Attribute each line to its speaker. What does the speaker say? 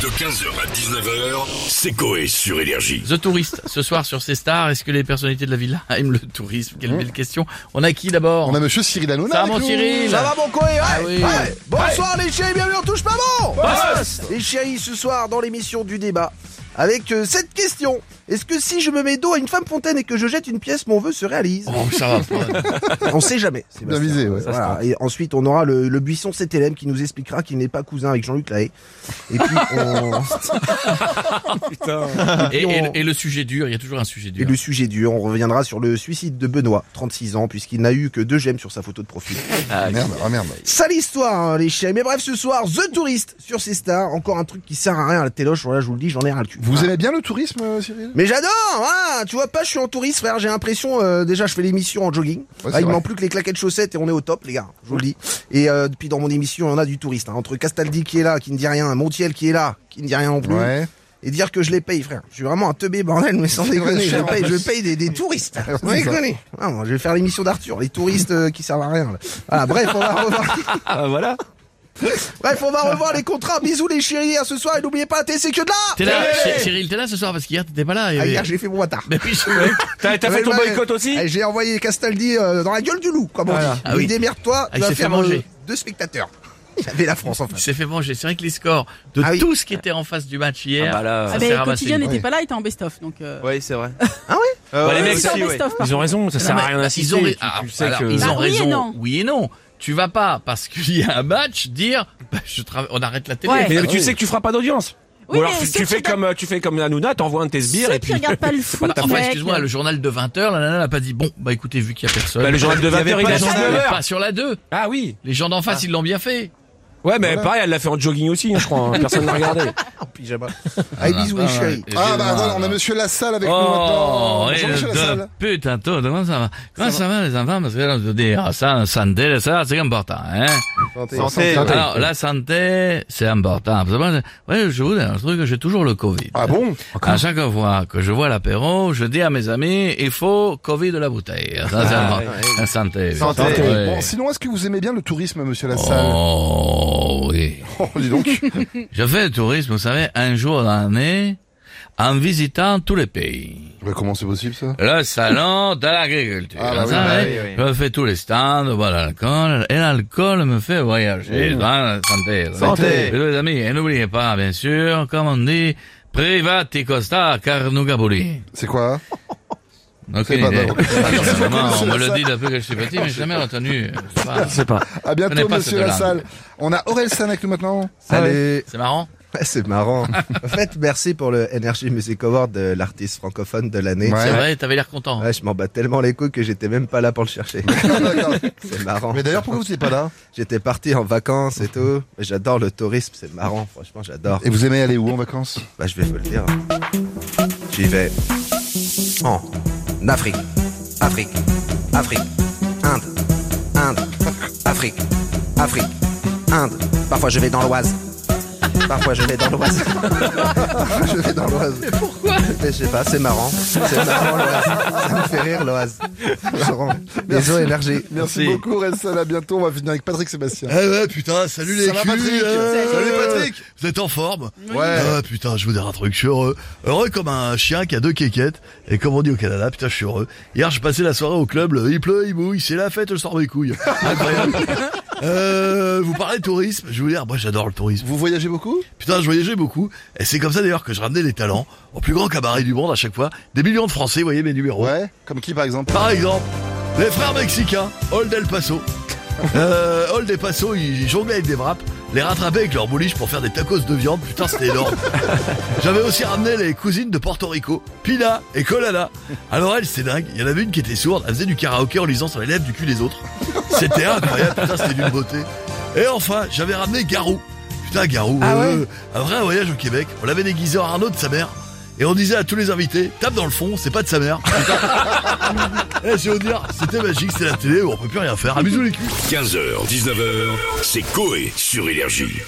Speaker 1: De 15h à 19h, c'est Coé sur Énergie.
Speaker 2: The Tourist, ce soir sur ces stars, est-ce que les personnalités de la villa aiment le tourisme Quelle belle question. On a qui d'abord
Speaker 3: On a monsieur Cyril Hanouna.
Speaker 2: Ça va
Speaker 3: avec
Speaker 2: mon
Speaker 3: nous.
Speaker 2: Cyril
Speaker 4: Ça va mon coé ouais,
Speaker 2: Ah oui.
Speaker 4: ouais. Bonsoir les chéris, bienvenue on touche pas bon Les chéris, ce soir dans l'émission du débat, avec euh, cette question. Est-ce que si je me mets dos à une femme fontaine et que je jette une pièce, mon vœu se réalise
Speaker 2: Oh, ça va pas.
Speaker 4: On sait jamais.
Speaker 3: Bien
Speaker 4: Sébastien.
Speaker 3: visé, ouais.
Speaker 4: Voilà. Et ensuite, on aura le, le buisson CTLM qui nous expliquera qu'il n'est pas cousin avec Jean-Luc Lahaye. Et puis, on...
Speaker 2: et, et le- et le sujet dur, il y a toujours un sujet
Speaker 4: et
Speaker 2: dur.
Speaker 4: le sujet dur, on reviendra sur le suicide de Benoît, 36 ans, puisqu'il n'a eu que deux j'aime sur sa photo de profil.
Speaker 2: Ah,
Speaker 3: Merde, ah merde.
Speaker 4: Sale histoire, hein, les chiens. Mais bref, ce soir, The Tourist sur ces stars. Encore un truc qui sert à rien à la téloche. Voilà, je vous le dis, j'en ai ras le cul. Ah.
Speaker 2: Ah.
Speaker 3: Vous aimez bien le tourisme, euh, Cyril
Speaker 4: Mais j'adore hein, Tu vois pas, je suis en touriste, frère. J'ai l'impression, euh, déjà, je fais l'émission en jogging.
Speaker 3: Ouais,
Speaker 4: Là,
Speaker 3: c'est
Speaker 4: il
Speaker 3: vrai.
Speaker 4: manque plus que les claquettes chaussettes et on est au top, les gars. Je vous le dis. Et euh, puis dans mon émission, on a du touriste. hein. Entre Castaldi qui est là, qui ne dit rien, Montiel qui est là, qui ne dit rien non plus.
Speaker 3: Ouais.
Speaker 4: Et dire que je les paye, frère. Je suis vraiment un teubé, bordel, mais sans
Speaker 3: C'est vrai,
Speaker 4: déconner. Je
Speaker 3: cher, en
Speaker 4: paye, je
Speaker 3: plus.
Speaker 4: paye des, des touristes. Sans
Speaker 3: c'est ça.
Speaker 4: déconner. Ah, moi, je vais faire l'émission d'Arthur. Les touristes euh, qui servent à rien. là. Voilà, bref, on va revoir.
Speaker 5: voilà.
Speaker 4: Bref, on va revoir les contrats. Bisous les chéris, à ce soir et n'oubliez pas la télé, c'est que de là
Speaker 2: T'es là, Cy- Cyril, t'es là ce soir parce qu'hier t'étais pas là. il y
Speaker 4: Ah,
Speaker 2: avait-
Speaker 4: Hier, j'ai fait mon bâtard.
Speaker 2: Mais puis, je-
Speaker 5: T'as t'as
Speaker 4: Ouais,
Speaker 5: fait ton
Speaker 4: ouais.
Speaker 5: boycott aussi
Speaker 4: Eh, J'ai envoyé Castaldi euh, dans la gueule du loup, comme on
Speaker 5: Voilà.
Speaker 4: dit.
Speaker 2: Ah oui.
Speaker 4: Il démerde-toi,
Speaker 2: Ah,
Speaker 4: tu
Speaker 2: il s'est
Speaker 4: vas
Speaker 2: fait
Speaker 4: faire
Speaker 2: manger.
Speaker 4: manger. deux spectateurs. Il y avait la France en
Speaker 2: il
Speaker 4: face.
Speaker 2: s'est fait manger. C'est vrai que les scores de
Speaker 4: Ah oui.
Speaker 2: tous qui étaient en face du match hier,
Speaker 5: Ah bah là.
Speaker 2: ça
Speaker 6: Ah
Speaker 2: s'est
Speaker 6: ben,
Speaker 2: ramassé.
Speaker 6: quotidien n'était
Speaker 3: Ouais.
Speaker 6: pas là, il était en best-of. Donc, euh...
Speaker 5: Oui, c'est vrai.
Speaker 4: Ah ouais
Speaker 5: Ouais, les
Speaker 6: oui,
Speaker 5: mecs,
Speaker 6: c'est en
Speaker 5: si, ouais.
Speaker 6: best-of, hein. par
Speaker 5: Ils ont raison, ça sert
Speaker 2: Non,
Speaker 5: à rien
Speaker 2: mais
Speaker 5: d'insister.
Speaker 2: Ils ont,
Speaker 5: tu-
Speaker 2: ra-
Speaker 5: tu
Speaker 2: ah,
Speaker 5: sais
Speaker 2: alors,
Speaker 5: que-
Speaker 2: ils ont
Speaker 6: Bah, oui et
Speaker 2: raison.
Speaker 6: non.
Speaker 2: et non. Tu vas pas parce qu'il y a un match dire bah, je trava- on arrête la télé.
Speaker 6: Ouais.
Speaker 5: Mais tu sais que tu feras pas d'audience.
Speaker 6: Oui,
Speaker 5: Ou alors
Speaker 6: mais
Speaker 5: tu,
Speaker 6: ceux
Speaker 5: tu
Speaker 6: qui
Speaker 5: fais
Speaker 6: regardent-
Speaker 5: comme euh, tu fais comme Hanouna, t'envoies un de tes sbires
Speaker 6: Ceux
Speaker 5: et puis
Speaker 6: qui regardent pas le foot,
Speaker 2: Enfin,
Speaker 6: mec.
Speaker 2: excuse-moi, le journal de 20h, la nana n'a pas dit bon, bah écoutez, vu qu'il y a personne.
Speaker 5: Bah, le journal de 20h, il
Speaker 2: pas,
Speaker 5: a
Speaker 2: sur la-
Speaker 5: 19h.
Speaker 2: pas sur la 2.
Speaker 5: Ah oui.
Speaker 2: Les gens d'en face, ils l'ont bien fait.
Speaker 5: Ouais, mais pareil, elle l'a fait en jogging aussi, hein, je crois. hein. Personne n'a regardé.
Speaker 4: En pyjama. Allez, bisous les chéris.
Speaker 3: Ah bah voilà, on a monsieur Lassalle avec nous maintenant.
Speaker 2: Oh,
Speaker 3: Bonjour,
Speaker 2: et
Speaker 3: monsieur
Speaker 2: de
Speaker 3: Lassalle.
Speaker 2: putain, toi, comment ça va Comment ça va les enfants Parce que là, je veux dire, ah, ça, santé, ça, c'est important. Hein
Speaker 3: Santé.
Speaker 2: Alors, la santé, c'est important. Parce que moi, je- ouais, je vous dis un truc, j'ai toujours le Covid.
Speaker 3: Ah bon
Speaker 2: À chaque fois que je vois l'apéro, je dis à mes amis, il faut Covid de la bouteille. Ça, c'est important. La Santé.
Speaker 3: Santé.
Speaker 2: Ouais.
Speaker 3: Bon, sinon, est-ce que vous aimez bien le tourisme, monsieur Lassalle
Speaker 2: Oh, oui.
Speaker 3: oh. dis donc.
Speaker 2: Je fais le tourisme, vous savez, un jour dans l'année, en visitant tous les pays.
Speaker 3: Bah, comment c'est possible, ça
Speaker 2: Le salon de l'agriculture.
Speaker 3: Ah, bah oui,
Speaker 2: Ça,
Speaker 3: bah
Speaker 2: ouais. Je fais tous les stands, bois l'alcool, et l'alcool me fait voyager. Voilà, santé.
Speaker 3: Santé.
Speaker 2: Les amis, et n'oubliez pas, bien sûr, comme on dit, privati costa carnugabuli.
Speaker 3: C'est quoi
Speaker 2: Ok,
Speaker 3: pas drôle.
Speaker 2: on me le dit depuis que je suis petit, mais j'ai jamais entendu. C'est pas-
Speaker 3: À
Speaker 2: connais
Speaker 3: bientôt,
Speaker 2: pas
Speaker 3: monsieur
Speaker 2: cette
Speaker 3: Lassalle.
Speaker 2: langue.
Speaker 3: On a Aurel San avec nous maintenant. Allez.
Speaker 2: C'est marrant.
Speaker 4: Ouais, c'est marrant. en fait, merci pour le NRJ Music Award de l'artiste francophone de l'année.
Speaker 3: Ouais.
Speaker 2: C'est vrai, t'avais l'air content.
Speaker 4: Ouais, je m'en bats tellement les couilles que j'étais même pas là pour le chercher.
Speaker 3: D'accord.
Speaker 4: C'est marrant.
Speaker 3: Mais d'ailleurs, pourquoi vous n'êtes pas là
Speaker 4: J'étais parti en vacances et tout. Mais J'adore le tourisme, c'est marrant. Franchement, j'adore.
Speaker 3: Et vous aimez aller où en vacances
Speaker 4: Bah, je vais vous le dire. J'y vais en Afrique, Afrique, Afrique, Inde, Inde, Afrique, Afrique, Inde. Parfois je vais dans l'Oise. Parfois je vais dans l'Oise. Parfois je vais dans l'Oise. Mais pourquoi Je sais pas, c'est marrant. C'est marrant l'Oise. Ça me fait rire l'Oise. Laurent, Les eaux énergées.
Speaker 3: Merci,
Speaker 2: Merci.
Speaker 3: beaucoup, Aurel San. À bientôt. On va finir avec Patrick Sébastien.
Speaker 7: Eh ouais, putain, salut les
Speaker 3: Ça va,
Speaker 7: culs,
Speaker 3: Patrick
Speaker 7: euh,
Speaker 3: Salut, Patrick
Speaker 7: Vous êtes en forme
Speaker 3: Ouais.
Speaker 7: Ah, putain, je vous dire un truc, je suis heureux. Heureux comme un chien qui a deux quéquettes. Et comme on dit au Canada, putain, je suis heureux. Hier, je passais la soirée au club, le- il pleut, il mouille, c'est la fête, je sors mes couilles. Incroyable. Euh, vous parlez de tourisme, je vais vous dire, moi j'adore le tourisme.
Speaker 3: Vous voyagez beaucoup
Speaker 7: Putain, je voyageais beaucoup. Et c'est comme ça d'ailleurs que je ramenais les talents au plus grand cabaret du monde à chaque fois. Des millions de Français voyaient mes numéros.
Speaker 3: Ouais. Comme qui, par exemple
Speaker 7: Par exemple, les frères mexicains, Old El Paso. Euh, Old El Paso, ils jonglaient avec des wraps, les rattrapaient avec leurs bouliches pour faire des tacos de viande. Putain, c'était énorme. J'avais aussi ramené les cousines de Porto Rico, Pina et Colana. Alors elles, c'était dingue. Il y en avait une qui était sourde, elle faisait du karaoké en lisant sur les lèvres du cul des autres. C'était incroyable, putain, c'était d'une beauté. Et enfin, j'avais ramené Garou. Putain, Garou, euh, un vrai voyage au Québec. On l'avait déguisé en Arnaud de sa mère. Et on disait à tous les invités, tape dans le fond, c'est pas de sa mère. Eh, je veux dire, c'était magique, c'est la télé, on peut plus rien faire. Ah, Bisous les culs.
Speaker 1: 15h, 19h, c'est Coé sur Énergie.